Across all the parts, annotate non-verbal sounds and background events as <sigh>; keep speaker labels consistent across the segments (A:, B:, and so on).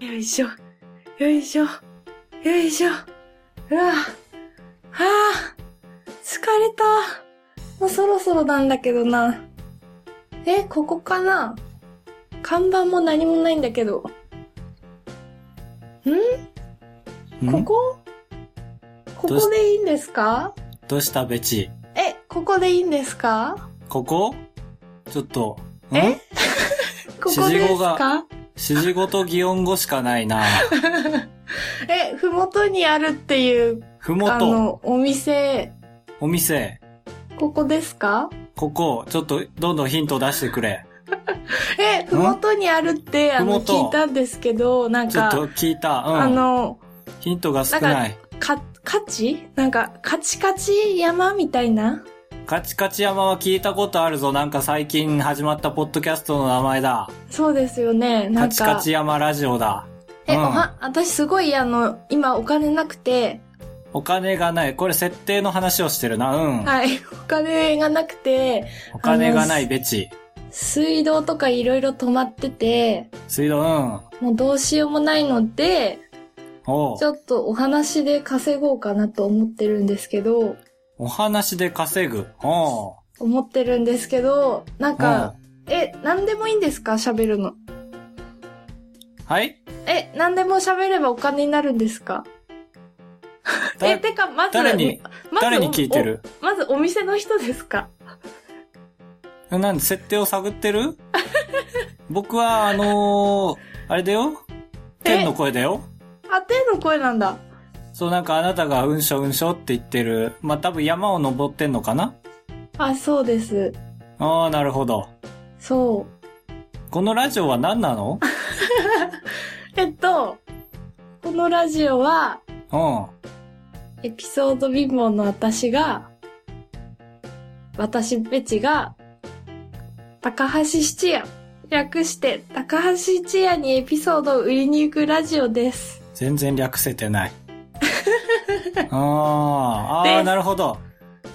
A: よいしょ。よいしょ。よいしょ。うわ。はあ。疲れた。もうそろそろなんだけどな。え、ここかな看板も何もないんだけど。んこ
B: ん
A: こここでいいんですか
B: どうしたベチ
A: え、ここでいいんですか
B: ここちょっと。ん
A: えここ
B: 指
A: で
B: 示
A: す
B: 語が
A: か
B: 指示語と擬音語しかないな。
A: <laughs> え、ふもとにあるっていう、
B: ふも
A: あ
B: と、
A: の、お店、
B: お店、
A: ここですか
B: ここ、ちょっとどんどんヒント出してくれ。
A: え、ふもとにあるって、あの、
B: 麓
A: 聞いたんですけど、なん
B: ちょっと
A: か、
B: 聞いた。
A: あ
B: うん。
A: の、
B: ヒントが少ない。
A: か、かちなんか、カチカチ山みたいな
B: カチカチ山は聞いたことあるぞ。なんか最近始まったポッドキャストの名前だ。
A: そうですよね。な
B: カ
A: ん
B: チカ
A: か、
B: チ山ラジオだ。
A: え、
B: うん
A: おは、私すごいあの、今お金なくて、
B: お金がない。これ設定の話をしてるな。うん。
A: はい、 <laughs> お金がなくて、
B: お金がないベチ。
A: 水道とかいろいろ止まってて、
B: 水道、うん。
A: もうどうしようもないので、
B: おう
A: ちょっとお話で稼ごうかなと思ってるんですけど、
B: お話で稼ぐ。おう
A: 思ってるんですけど、なんか、え、何でもいいんですか喋るの。
B: うんはい
A: え、何でも喋ればお金になるんですか
B: だ
A: え、てか、まず、
B: 誰に、
A: まず
B: 誰に聞いてる
A: おまずお店の人ですか
B: なんで、設定を探っ
A: <laughs>
B: てる僕は、あのーあれだよ
A: え
B: 天の声だよ
A: あ、天の声なんだ。
B: そう、なんかあなたがうんしょうんしょって言ってる。まあ、多分山を登ってんのかな
A: あ、そうです。
B: ああ、なるほど。
A: そう。
B: このラジオは何
A: <laughs>
B: なの
A: えっと、このラジオは、
B: う
A: エピソード貧乏の私が、私ベチが、高橋七夜、略して高橋七夜にエピソードを売りに行くラジオです。
B: ん。全然略せ
A: <laughs>
B: てない。ああ、あ
A: で
B: あ、
A: す
B: なるほど。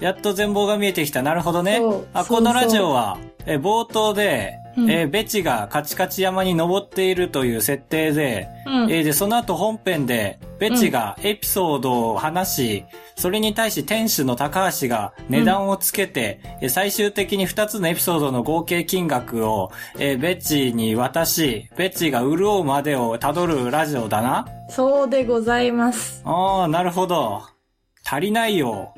B: やっと全貌が見えてきた。なるほどね
A: そう。
B: あ、
A: そう
B: このラジオは、え冒頭で、
A: うん
B: えベチがカチカチ山に登っているという設定で、
A: <laughs> うん。
B: えーで、その後本編で、ベチがエピソードを話し、それに対し店主の高橋が値段をつけて、えー最終的に2つのエピソードの合計金額を、えーベチに渡し、ベチが潤うまでをたどるラジオだな。
A: そうでございます。
B: ああ、なるほど。足りないよ。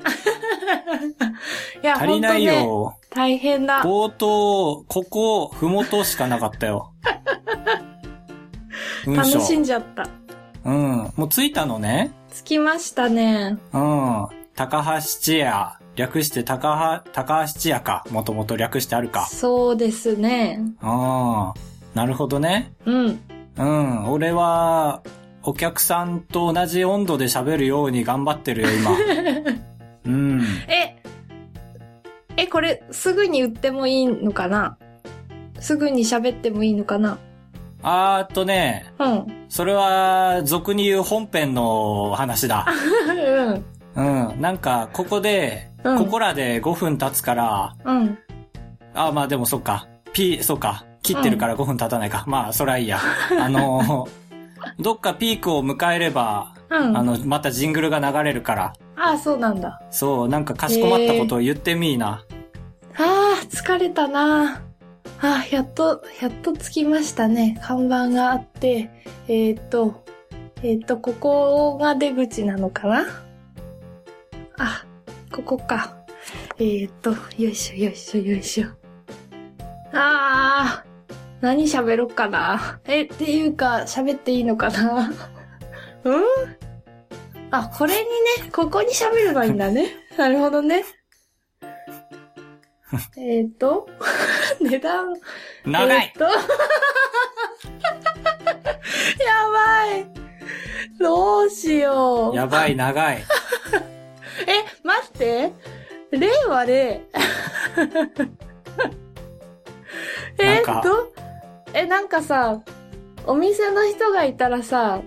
A: いや、
B: 足りない
A: ほんとね、
B: よ。
A: 大変だ。
B: 冒頭、ここ、ふもとしかなかったよ。うん
A: 楽
B: しょ
A: しんじゃった。
B: うん。もう着いたのね。
A: 着きましたね。
B: うん。高橋チア。略して高は、高橋チアか。もともと略してあるか。
A: そうですね。
B: うん。なるほどね。
A: うん。
B: うん。俺は、お客さんと同じ温度で喋るように頑張ってるよ、
A: <laughs>
B: 今。うん。
A: え、え、これ、すぐに売ってもいいのかなすぐに喋ってもいいのかな
B: あーっとね、
A: うん。
B: それは、俗に言う本編の
A: <laughs>
B: 話だ。
A: うん。
B: うん。なんか、ここで、
A: うん
B: ここらで5分経つから、
A: うん。
B: あ、まあでもそっか。ピ、そうか。切ってるから5分経たないか。まあ、そりゃいいや。
A: <laughs>
B: あのーどっかピークを迎えれば、
A: うん。
B: あ
A: あ
B: の、またジングルが流れるから。
A: あ、そうなんだ。
B: そう、なんかかしこまったことを言ってみーな。
A: ああ、疲れたな。ああ、やっと、やっと着きましたね。看板があって、えーっと、えーっと、ここが出口なのかなあ、ここか。えーっと、よいしょよいしょよいしょ。ああ、何喋ろっかな。え、っていうか、喋っていいのかな <laughs> うんあ、これにね、ここに喋ればいいんだね。なるほどね。えっ、ー、と、 <laughs> 値段。
B: 長い
A: えーと <laughs> やばいどうしよう。
B: やばい、
A: <laughs>
B: 長い。
A: え、待って。令和
B: <laughs>
A: で。え
B: なん
A: っ
B: か
A: と、え、なんかさ、お店の人がいたらさ、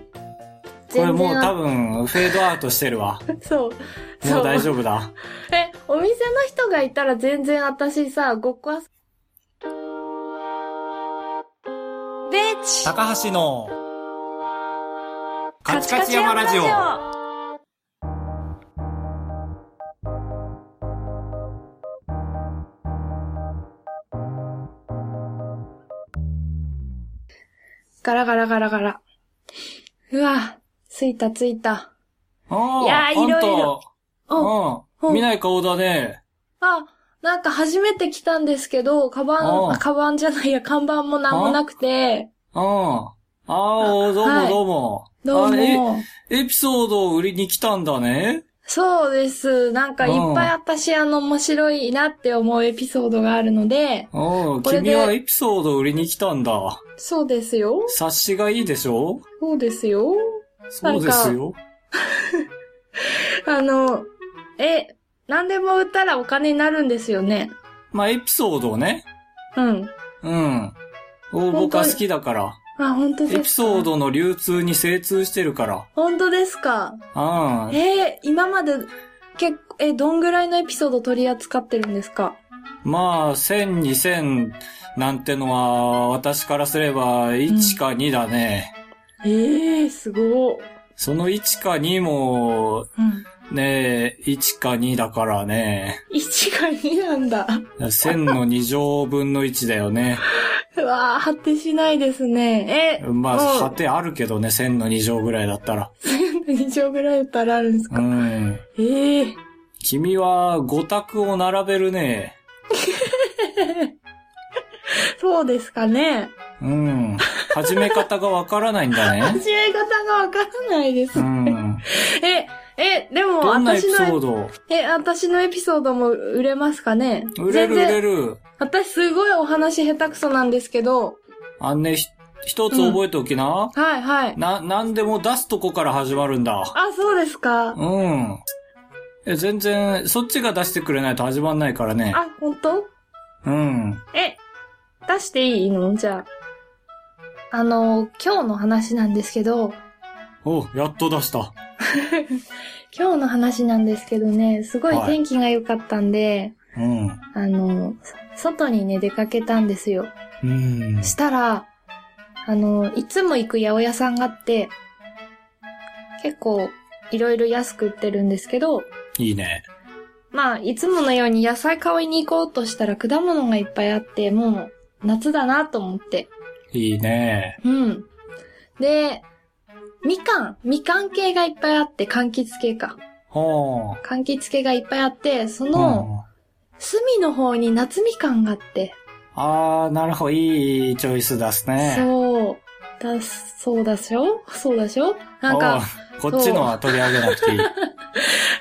B: これもう多
A: あ
B: 分、フェードアウトしてるわ。
A: そう。
B: も
A: <laughs> そう
B: 大
A: う。
B: 丈夫だ。
A: え、 <laughs> お店の人がいたら全然私さ、ごっこ遊べち
B: 高橋の、カチカチ山ラジオ。
A: ガラガラガラガラ。うわ、着いた着いた。
B: おー
A: いやーいろいろ。お、
B: あんた
A: う
B: うんん。見ない顔だね。
A: あ、なんか初めて来たんですけど、カバン、
B: お
A: あカバンじゃないや、看板もなんもなくて、
B: うん。ああ、おどう
A: はい
B: もどうも。
A: どう
B: あえ
A: も。
B: エピソードを売りに来たんだね。
A: そうです。なんかいっ
B: うん
A: ぱい私あの面白いなって思うエピソードがあるので、
B: うん。
A: これで
B: 君はエピソードを売りに来たんだ。
A: そうですよ。
B: 察しがいいでしょ
A: そうですよ。
B: そうですよ。
A: あの、え、何でも売ったらお金になるんですよね。
B: まあ、エピソードをね。
A: うん。
B: うん。を
A: 本
B: 僕
A: 当
B: は
A: に
B: 好きだから。
A: あ、本当です
B: エ
A: か。
B: ピソー。ドの流通に精通してるから。
A: 本当ですか。
B: うん。
A: えー今まで、結構、え、どんぐらいのエピソード取り扱ってるんですか
B: まあ、1000、2000なんてのは、私からすれば1か2だね。
A: ええー、すごい。
B: その1か2も、
A: うん。
B: ね、1か2だからね。
A: 1が2なんだ。 <laughs>
B: 1000の2乗分の1だよね。
A: うわぁ、果てしないですね。え、
B: ま
A: う
B: あ、
A: ん
B: 果てあるけどね、1000の2乗ぐらいだったら。
A: 2畳ぐらいだったらあるんです
B: う
A: か、
B: ん。
A: ええー。
B: 君は5択を並べるね。
A: そうですかね。
B: うん。始め方がわからないんだ
A: <laughs>
B: ね。
A: 始め方がわからないです
B: う。ん。
A: え、え、でも
B: どんなエ
A: 私
B: ピソー
A: の、
B: ド
A: え、私のエピソードも売れますかね
B: 売れる売
A: 全
B: れ
A: 然、
B: る。
A: 私すごいお話下手くそなんですけど、
B: あんね、ひ一つ覚えておきな。
A: はいはい。
B: な、なんでも出すとこから始まるんだ。
A: あ、そうですか。
B: うん。え、全然、そっちが出してくれないと始まんないからね。
A: あ、本当
B: うん。
A: え、出していいのじゃあ。あの、今日の話なんですけど、
B: お、やっと出した。
A: 今日の話なんですけどね、すごい
B: はい
A: 天気が良かったんで、
B: うん。
A: あの、外にね、出かけたんですよ。
B: うん。
A: したら、あの、いつも行く八百屋さんがあって、結構いろいろ安く売ってるんですけど、
B: いいね。
A: まあ、いつものように野菜買いに行こうとしたら果物がいっぱいあって、もう夏だなと思って。
B: いいね。
A: うん。で、みかん、みかん系がいっぱいあって、柑橘系か。
B: ほう。
A: 柑橘系がいっぱいあって、そうの、
B: ん。
A: 隅の方に夏みかんがあって、
B: あー、なるほど。いいチョイス出すね。
A: そう、だ、そうだしょそうだしょなん
B: おう
A: か、、
B: こっちのは取り上げなくていい。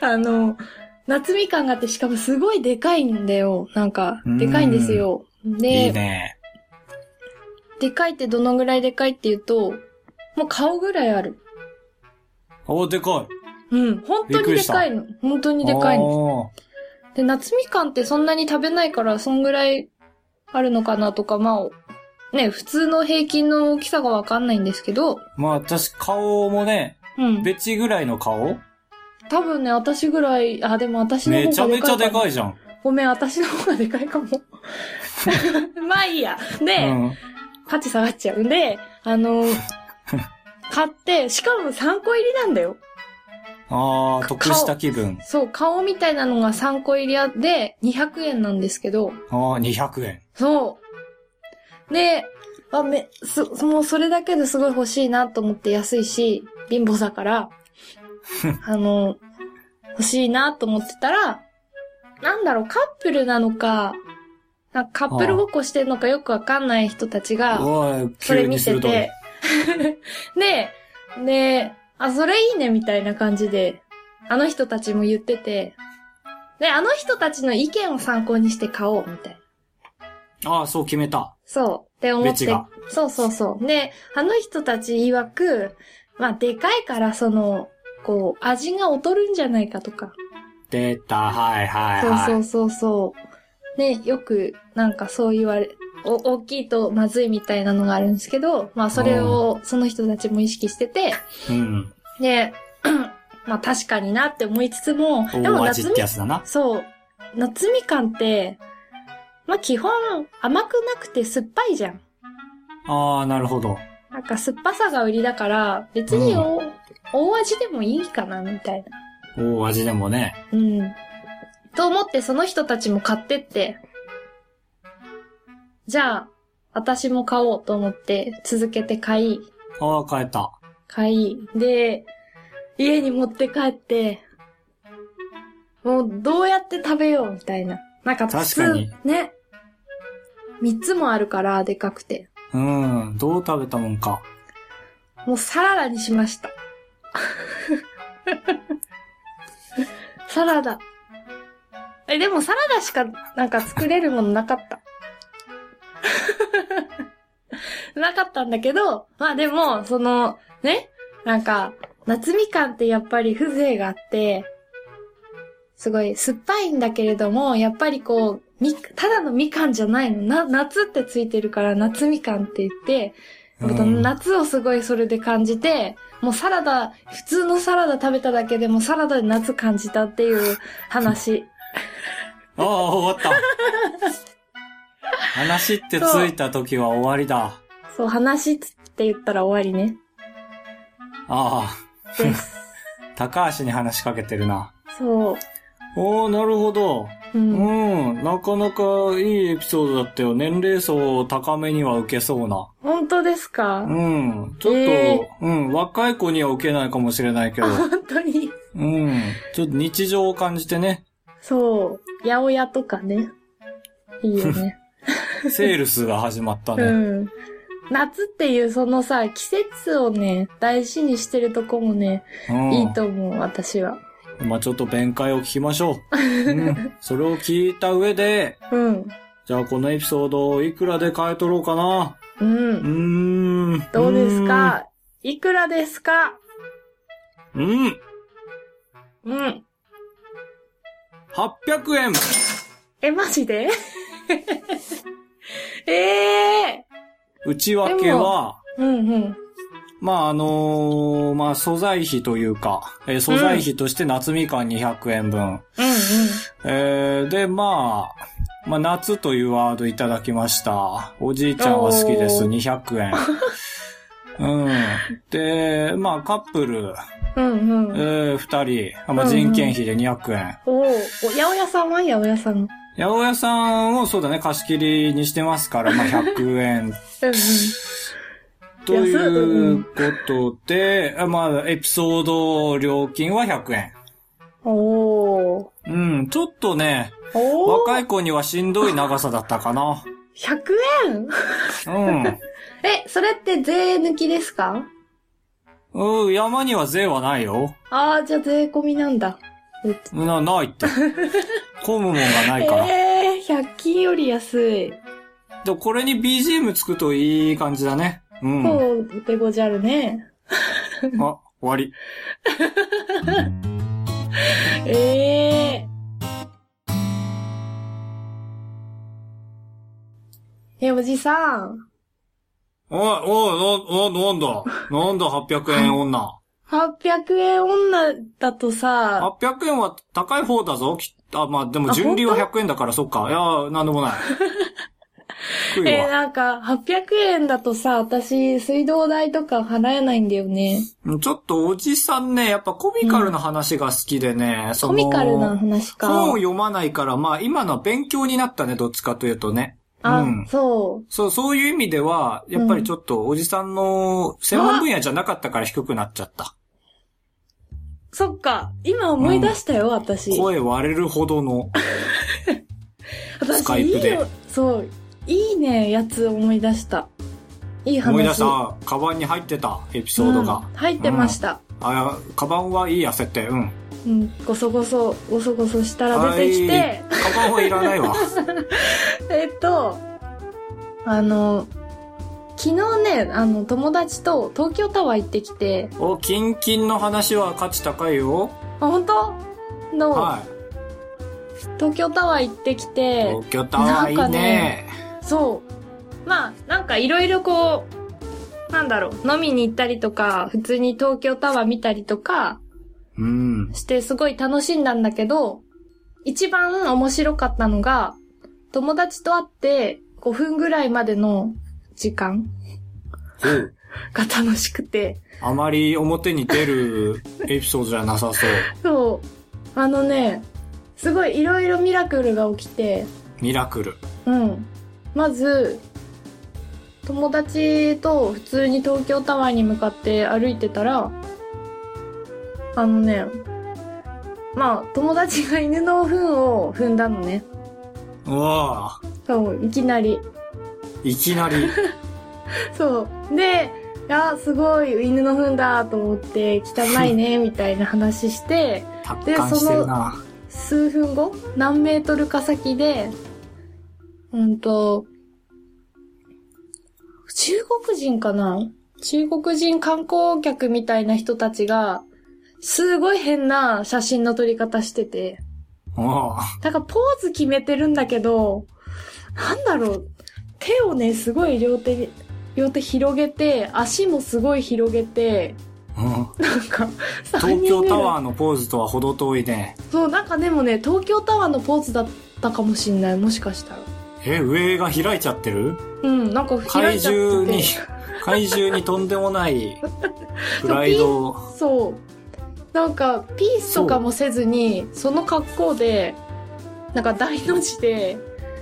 A: あの、夏みかんがあって、しかもすごいでかいんだよ。なんか
B: う、ん
A: でかいんですよ。で
B: いいね。
A: でかいってどのぐらいでかいって言うと、もう顔ぐらいある。
B: お、でか
A: うん、本当
B: びっく
A: に
B: り
A: で
B: した
A: かいの。本当
B: い。
A: にでかいの。
B: の。
A: で、夏みかんってそんなに食べないから、そんぐらいあるのかなとか、まあ、ね、普通の平均の大きさがわかんないんですけど、
B: まあ、私、顔もね、
A: うん。
B: ベチぐらいの顔
A: 多分ね、私ぐらい、あ、でも私の方
B: めちゃ
A: がで
B: めち
A: か
B: ゃ
A: いか
B: で
A: も
B: か。いじゃん。
A: ごめん、私の方がでかいかも。 <laughs> まあいいや。
B: う
A: で、
B: ん。
A: 価値下がっちゃうんで、あの、買って、しかも3個入りなんだよ。
B: あー、得した気分。
A: そう、顔みたいなのが3個入りあで、200円なんですけど、
B: あー、200円。
A: そう。で、あ、め、す、もうそれだけですごい欲しいなと思って安いし、貧乏だから、あの、欲しいなと思ってたら、なんだろう、カップルなのか、なんかカップルごっこしてんのかよくわかんない人たちが、
B: おい、
A: それ
B: 急
A: 見
B: にす
A: て
B: ると。
A: て。
B: <laughs>
A: で、で、あ、それいいねみたいな感じで、あの人たちも言ってて、で、あの人たちの意見を参考にして買おうみたいな。
B: あー、そう決めた。
A: そう。って思っ
B: ベチ
A: て
B: が。
A: そうそうそう。で、あの人たち曰く、まあ、でかいから、その、こう、味が劣るんじゃないかとか。
B: 出た、はいはい
A: そう
B: はい。
A: そうそうそう。ね、よく、なんかそう言われ、お、大きいとまずいみたいなのがあるんですけど、まあ、それを、その人たちも意識してて、
B: うん。
A: で、 <clears throat> まあ、確かになって思いつつも、でも
B: 大
A: 夏
B: 味って
A: み、
B: やつだな。
A: そう、夏みかんって、まあ、基本、甘くなくて酸っぱいじゃん。
B: あー、なるほど。
A: なんか酸っぱさが売りだから、別にお、大味でもいいかな、みたいな。
B: 大味でもね。
A: うん。と思ってその人たちも買ってって、じゃあ、私も買おうと思って続けて買い、
B: ああ、変えた。
A: 買い、で、家に持って帰って、もうどうやって食べようみたいな。なんか普通
B: 確かに
A: ね。三つもあるから、でかくて。
B: うん、どう食べたもんか。
A: もうサラダにしました。 <laughs> サラダ。え、でもサラダしかなんか作れるものなかった。 <laughs> なかったんだけど、まあでも、その、ね、なんか、夏みかんってやっぱり風情があって、すごい酸っぱいんだけれども、やっぱりこう、み、ただのみかんじゃないの。な、夏ってついてるから夏みかんって言って、
B: うん
A: 夏をすごいそれで感じて、もうサラダ、普通のサラダ食べただけでもサラダで夏感じたっていう話。 <laughs>
B: ああ、終わった。話ってついた時は終わりだ。
A: そう、話って言ったら終わりね。
B: あ <laughs>
A: です。
B: あ、高橋に話しかけてるな。
A: そう。
B: おー、なるほど。
A: う。
B: うんん、なかなかいいエピソードだったよ。年齢層高めには受けそうな。
A: 本当ですか、
B: うん、ちょっと、
A: え
B: うん、若い子には受けないかもしれないけど
A: <laughs> あ、。本当に。
B: うん、ちょっと日常を感じてね、
A: そう。八百屋とかね。いいよ
B: <laughs>
A: ね。
B: セールスが始まった
A: う
B: ね。
A: ん。夏っていうそのさ、季節をね、大事にしてるとこもね、
B: うん、
A: いいと思う、私は。
B: まあちょっと弁解を聞きましょう。うん、それを聞いた上で、
A: <laughs> うん。
B: じゃあこのエピソードをいくらで買い取ろうかな。
A: う。
B: うんーん。
A: どうですかいくらですか
B: うん。うん。
A: うん。
B: 800円
A: え、マジで <laughs> ええ
B: 内訳は、
A: うんうん。
B: まあ、あのーまあ、素材費というか、えー素材費として夏みかん200円分。
A: うん
B: えーで、まあ、まあ、夏というワードいただきました。おじいちゃんは好きです。
A: お
B: 200円。 <laughs> うん。で、まあ、カップル、
A: うん。うんうん。
B: えー二人、まあ、
A: うんうん
B: 人件費で200円。
A: おお、お八百屋さんは八百屋さん。うん
B: 八百屋さんをそうだね、貸し切りにしてますから、まあ、100円
A: うん。
B: ということで、あまあ、エピソード料金は100円。
A: おお。
B: うん、ちょっとね、
A: おお。
B: 若い子にはしんどい長さだったかな。
A: 100円
B: うん。
A: え、それって税抜きですか
B: うん、山には税はないよ。
A: ああ、じゃあ税込みなんだ。
B: な、ないって。混むもんがないから。
A: ええー、100均より安い。
B: でもこれに BGM つくといい感じだね。うん。あ、
A: そうでごじゃるね。
B: 終わり。
A: えええ、おじさん。
B: おい、おい、おい、な、なんだ。なんだ、800円女。
A: 800円女だとさ、
B: 800円は高い方だぞ。きあ、まあ、でも、純利は100円だから、そっか。いやー、なん
A: <laughs>
B: でもない。
A: え
B: 悔い
A: ー
B: は。
A: なんか、800円だとさ、私、水道代とか払えないんだよね。
B: うんちょっと、おじさんね、やっぱコミカルな話が好きでね、そ
A: コ
B: の、
A: ミカルな話か。
B: 本を読まないから、まあ、今のは勉強になったね、どっちかというとね。
A: あ、
B: うん
A: そう。
B: そう、そういう意味では、やっぱりちょっと、おじさんの専門分野じゃなかったから低くなっちゃった。
A: そっか、今思い出したよ、私。
B: 声割れるほ
A: <laughs>
B: どの。
A: 私、
B: スカイプで
A: いいよ。そう。いいね、やつ思い出した。いい話。
B: 思い出した、カバンに入ってたエピソードが。
A: うん入ってました。
B: あ、カバンはいいや、設定。うん。
A: うん、ごそごそ、ごそごそしたら出てきて、
B: はい。カバンはいらないわ。
A: えっと、あの、昨日ね、あの、友達と東京タワー行ってきて、
B: お、キンキンの話は価値高いよ。
A: あ、本当の、
B: はい。
A: 東京タワー行ってきて、
B: 東京タワーいい
A: なんか
B: ね
A: ね。そう。まあ、なんかいろいろこう、なんだろう、飲みに行ったりとか、普通に東京タワー見たりとか
B: うん。
A: して、すごい楽しんだんだけど、一番面白かったのが、友達と会って5分ぐらいまでの時間
B: ほう
A: が楽しくて。
B: あまり表に出るエピソードじゃなさそう。
A: そう。あのね、すごいいろいろミラクルが起きて、
B: ミラクル。
A: うん。まず、友達と普通に東京タワーに向かって歩いてたら、あのね、まあ、友達が犬の糞を踏んだのね。
B: うわぁ。
A: そう、いきなり。
B: いきなり。
A: そう。で、あ、すごい、犬の糞だと思って、汚いね、みたいな話して、
B: 達観してるな。
A: 数分後何メートルか先で、うんと、中国人かな中国人観光客みたいな人たちが、すごい変な写真の撮り方してて、
B: おう
A: なんかポーズ決めてるんだけど、なんだろう、手をね、すごい両手に、両手広げて、足もすごい広げて、
B: うん
A: なんか、3人ぐら
B: 東
A: い
B: 京タワーのポーズとは程遠いね。
A: そう、なんかでもね、東京タワーのポーズだったかもしんない、もしかしたら。
B: え、上が開いちゃってる
A: うん、なんか開いちゃって
B: 怪獣
A: て
B: に。怪獣にとんでもないプラ
A: <laughs>
B: イドを。
A: そう。なんか、ピースとかもせずに、その格好で、なんか大の字で、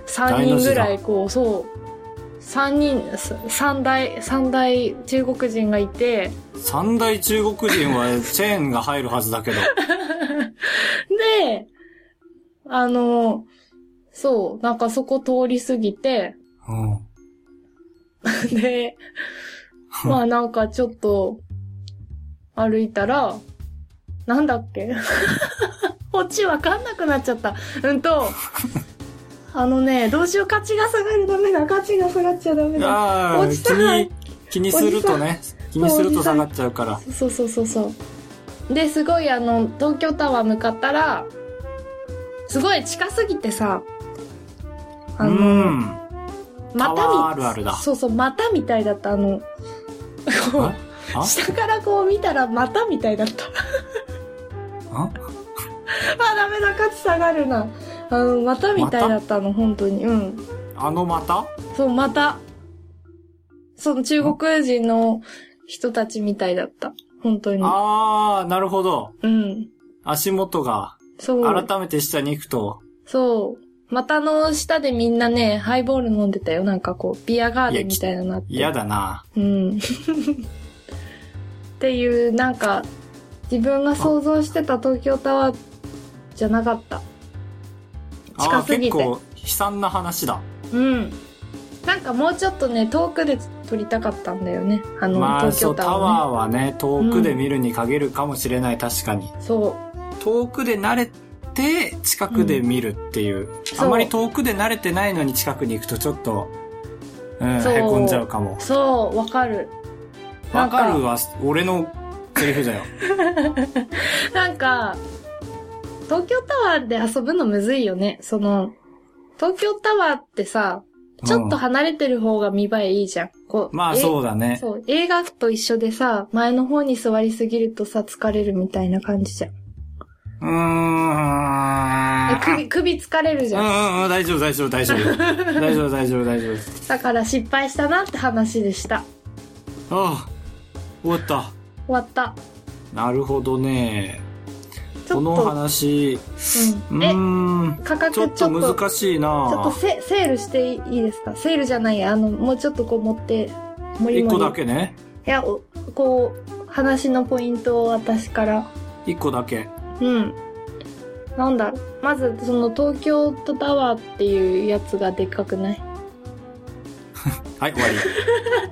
A: 3人ぐらいこう、そう、3人、さ三大、三大中国人がいて、
B: 三大中国人はチェーンが入るはずだけど。
A: で、あの、そう、なんかそこ通り過ぎて、
B: うん。
A: で、まあなんかちょっと、歩いたら、なんだっけ <laughs> こっちわかんなくなっちゃった。うんと、あのね、どうしよう、価値が下がるダメだ、価値が下がっちゃダメだ。
B: ああ、
A: おじ
B: 気
A: さん
B: に、気にするとね、気にすると下がっちゃうから。
A: そうそうそうそう。で、すごいあの、東京タワー向かったら、すごい近すぎてさ、あの、
B: うん。
A: ま
B: タワー
A: た
B: あるあるだ
A: そうそう、またみたいだった、あの、こう
B: あ
A: 下からこう見たらまたみたいだった。
B: あ
A: あ、ダメだ、価値下がるな。あの、またみたいだったの、本当に。うん。
B: あのまた
A: そう、また。その中国人の人たちみたいだった。本当に。
B: ああ、なるほど。
A: うん。
B: 足元が、
A: そう。
B: 改めて下に行くと、
A: そう。またの下でみんなね、ハイボール飲んでたよ。なんかこう、ビアガーデンみたいなのあって。
B: 嫌だな。
A: うん。 <laughs> っていう、なんか、自分が想像してた東京タワーじゃなかった。
B: あ
A: 近
B: あ、
A: すぎて
B: 結構悲惨な話だ。
A: うん。なんかもうちょっとね、遠くで撮りたかったんだよね。あの、
B: まあ、
A: 東
B: そ
A: 京
B: う、
A: タ
B: タ
A: ワー、
B: ワ
A: ね。
B: ーはね、遠くで見るに限るかもしれない、確かに。
A: そ
B: 遠くで慣れて、近くで見るっていう。
A: そう
B: あまり遠くで慣れてないのに近くに行くとちょっと、うん、
A: そう
B: へこんじゃうかも
A: う。。そう、わかる。な
B: わ
A: んか
B: かるわ、俺のセリフだよ。
A: なんか、東京タワーで遊ぶのむずいよね。その、東京タワーってさ、 <laughs> ちょっと
B: うん
A: 離れてる方が見栄えいいじゃん。こう。
B: まあ、そう
A: う。
B: だね。
A: そう、映画と一緒でさ、前の方に座りすぎるとさ、疲れるみたいな感じじゃん。
B: うーん。
A: え首、首疲れるじ
B: う
A: ゃん。
B: んうんうん、大丈夫、大丈夫、大丈
A: <laughs>
B: 夫。大丈夫、大丈夫、大丈夫。
A: だから失敗したなって話でした。
B: ああ、終わった。
A: 終わった。
B: なるほどね。
A: ちょ
B: こ
A: っと。
B: の話、う
A: うん。え、
B: ーん、
A: 価格
B: ち
A: ちょ
B: ょ
A: っ
B: っ
A: と
B: と難しい
A: ちょっと
B: な
A: セセールしていいですかセールじゃないやあのもうちょっとこう持ってもり
B: 一
A: も
B: 個
A: り
B: だけね。
A: いやおこう話のポイントを私から
B: 一個だけ。
A: うんなんだろうまずその東京都タワーっていうやつがでっかくない
B: はい、
A: <laughs>
B: 終わり。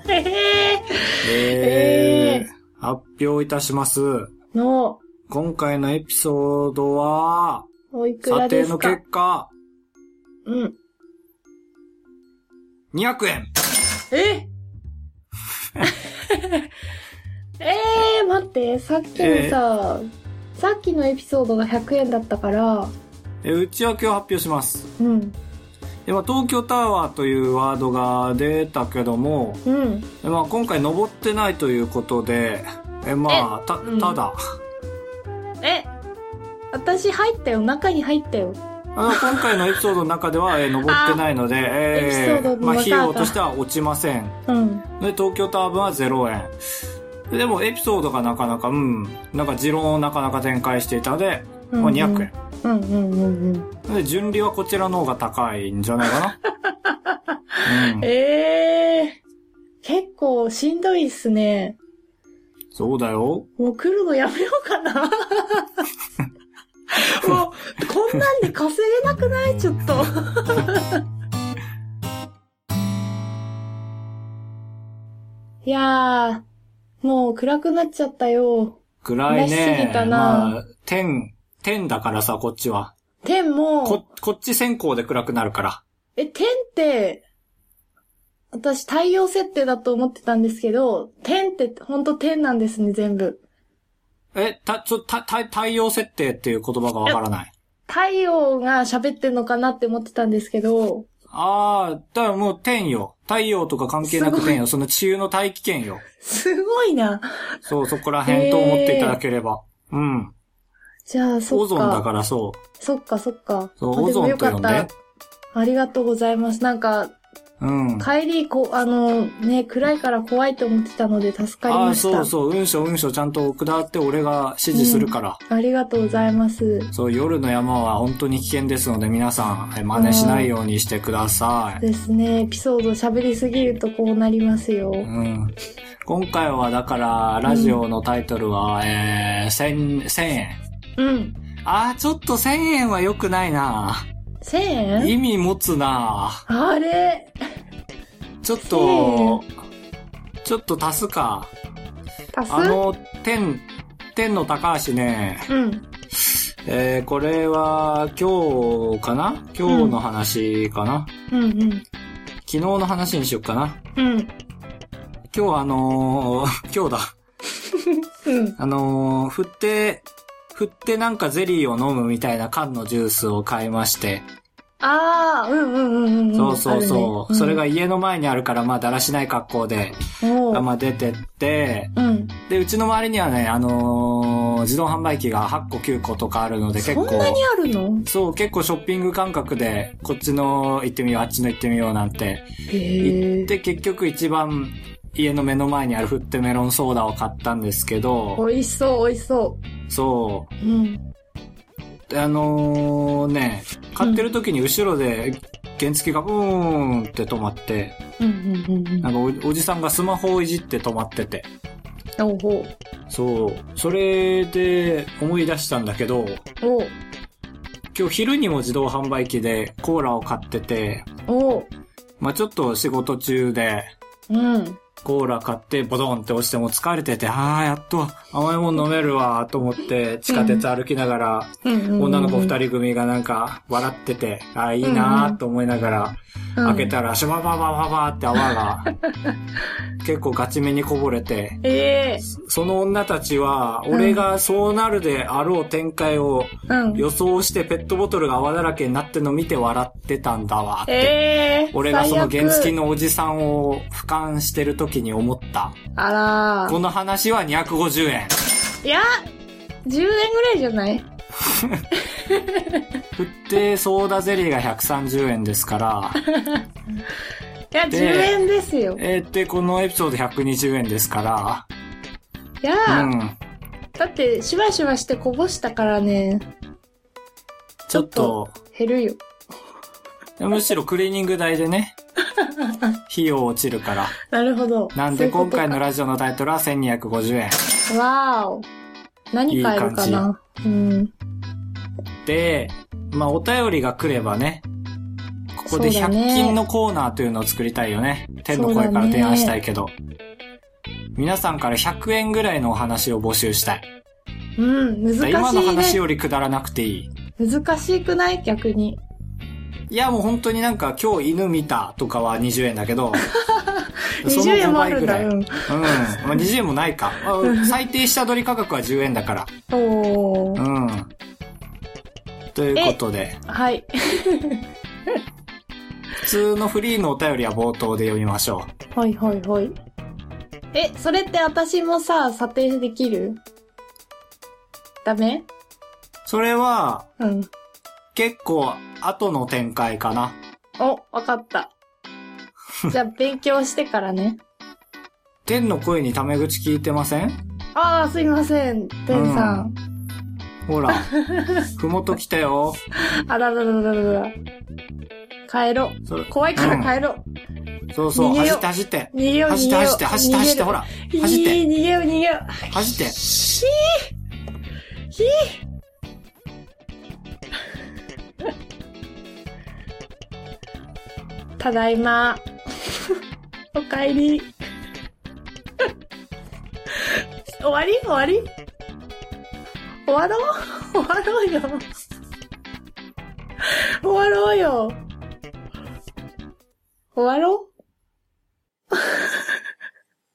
A: ええ
B: え
A: え
B: ー、発表いたします。
A: ー、の
B: 今回のエピソードは、
A: おいくら
B: 査
A: で
B: 定
A: す
B: の
A: か
B: 結果、
A: うん
B: 200円。
A: え <laughs> えー、待ってさっきのさ、さっきのエピソードが100円だったから
B: え内訳を発表します。
A: うん
B: でまあ、東京タワーというワードが出たけども、
A: うん
B: でまあ、今回登ってないということで、えまあ、た、
A: うん
B: ただ、
A: え私入ったよ中に入ったよ
B: あの、今回のエピソードの中では、えー登ってないので、
A: エ
B: え
A: ピソード
B: ー、
A: の
B: まあ、
A: 中
B: 費
A: が
B: 用としては落ちません。
A: うん。
B: で、東京タワー分は0円。でも、エピソードがなかなか、うん、なんか持論をなかなか展開していたので、まあ、200円。
A: うんうんうんうん。
B: で、順利はこちらの方が高いんじゃないか
A: <laughs>
B: な。うん、
A: ええー。結構しんどいっすね。
B: そうだよ。
A: もう来るのやめよう
B: <laughs>
A: かな。もう、こんなんで稼げなくないちょっと。いやー、もう暗くなっちゃったよ。
B: 暗
A: 暗
B: い
A: す
B: ね
A: ぎ。たな
B: まあ、天、天だからさ、こっちは。
A: 天も
B: こ、、こっち先行で暗くなるから。
A: え、天って、私太陽設定だと思ってたんですけど、天ってほんと天なんですね、全部。
B: え、た、ちょ、た、た、太陽設定っていう言葉がわからない。
A: 太陽が喋ってんのかなって思ってたんですけど、
B: ああ、だからもう天よ。太陽とか関係なく天よ。その地球の大気圏よ。
A: すごいな。
B: そう、そこら辺と思っていただければ。うん。
A: じゃあ、そっか。
B: オゾンだからそ
A: そっかそっか。
B: そう
A: あ
B: オゾンと呼んで
A: でもよかった。ありがとうございます。なんか、
B: う。うん。
A: 帰り、こ、あの、ね、暗いから怖いと思ってたので助かり
B: ああ、
A: ました。
B: そうそう、うんしょうんしょちゃんと下って俺が指示するから。
A: ありがとうございます。
B: そう、夜の山は本当に危険ですので皆さん、え真似しないようにしてください。
A: ですね、エピソード喋りすぎるとこうなりますよ。
B: うん。今回はだから、ラジオのタイトルは、えー、千、千円。
A: うん。
B: あー、ちょっと千円は良くないな
A: 1000円
B: 意味持つな
A: あれ
B: ちょっと、ちょっと足すか。
A: 足す
B: あの、天、天の高橋ね、
A: うん。
B: えー、これは今日かな今日の話かな、
A: うんうん。
B: 昨日の話にしよっかな。
A: うん。
B: 今日あのー、 <laughs> 今日だ。
A: うん。
B: あのー、振って、振ってなんかゼリーを飲むみたいな缶のジュースを買いまして。
A: あー、うんうんうんうん。
B: そうそうそう。
A: あるね
B: それが、家の前にあるから、まあ、だらしない格好で、
A: うん、お
B: あ
A: ー
B: まあ、出てって、
A: うん。
B: で、うちの周りにはね、あのー自動販売機が8個9個とかあるので、結
A: そ
B: 構。
A: んなにあるの
B: そう、結構ショッピング感覚で、こっちの行ってみよう、あっちの行ってみようなんて。
A: へ
B: 行っ
A: え。
B: て、結局一番家の目の前にある振ってメロンソーダを買ったんですけど、
A: 美味しそう、美味しそ。
B: そう
A: うん。
B: う。あのーね、買ってる時に後ろで原付がブーンって止まって、
A: うんうんうんうん
B: な。んかおおじさんがスマホをいじって止まってて。
A: おほう。
B: そう。それで思い出したんだけど、
A: お
B: 今日昼にも自動販売機でコーラを買ってて、
A: お
B: まあちょっと仕事中で、
A: うん。
B: コーラ買ってボドンって押しても疲れてて、ああ、やっと甘いもん飲めるわと思って地下鉄歩きながら、女の子二人組がなんか笑ってて、ああ、いいなーと思いながら、
A: うん
B: 開け。たらシュバババババって泡
A: <laughs>
B: が結構ガチめにこぼれて、
A: ええ
B: その女たちは、俺がそうなるであろう展開を
A: うん。
B: 予想してペットボトルが泡だらけになっての見て笑ってたんだわって。
A: ええ
B: 俺がその原付
A: の。
B: のおじさんを俯瞰してる時に思った。
A: あら
B: この話は250円。
A: いや、10円ぐらいじゃない
B: 振ってソーダゼリーが130円です
A: <laughs>
B: から、
A: いや、10
B: で
A: 円ですよ。
B: えーで、このエピソード120円ですか
A: いや、
B: ら、うん。
A: だって、しばしばしてこぼしたからね、
B: ちょっと、
A: 減るよ。
B: むしろクリーニング代
A: <laughs>
B: でね、費用落ちるから。
A: なるほど。
B: なん
A: そういう
B: で
A: こ
B: 今
A: とか
B: 回のラジオのタイトルは1250円。
A: わーお。何買えるかなうん。
B: で、まあお便りが来ればね、ここで
A: そうだ
B: 100
A: ね
B: 均のコーナーというのを作りたいよね。天の声から提案したいけど。皆さんから100円ぐらいのお話を募集したい。
A: うん、難し
B: 今の話
A: いね。
B: よりくだらなくていい。
A: 難しくない逆に。、
B: いや、もう本当になんか今日犬見たとかは20円だけど
A: 20円もあるんだ。
B: う。
A: うんん。
B: まあ、20円もないか。あ最低下取り価格は10円だから。
A: お
B: う
A: ー。
B: ん。ということで、
A: はい。 <laughs>
B: 普通のフリーのお便りは冒頭で読みましょ
A: はいはいはい。え、それって私もさ、査定できるダメ
B: う。それは、
A: うん。
B: 結構後の展開かな。
A: お、わか
B: <laughs>
A: った。じゃあ、勉強してからね。
B: 天の声にタメ口聞いてません
A: ああ、すいません。てんさん。
B: ほ
A: <laughs>
B: ら、ふもと来たよ。
A: あらららららら。帰ろう。
B: それ
A: 怖いから帰ろう。
B: そうそう、
A: 逃げ
B: 走
A: よう
B: って走って。
A: 逃げよう、逃
B: 走
A: げ
B: って
A: よう。
B: 走って、走って走って、ほら、
A: 逃げる。
B: 走って
A: いい逃げよう、逃げよう。
B: 走って。
A: ひーひーただいま。 <laughs> おかえり。 <laughs> 終わり終わり終わろう終わろうよ。終わろうよ。終わろう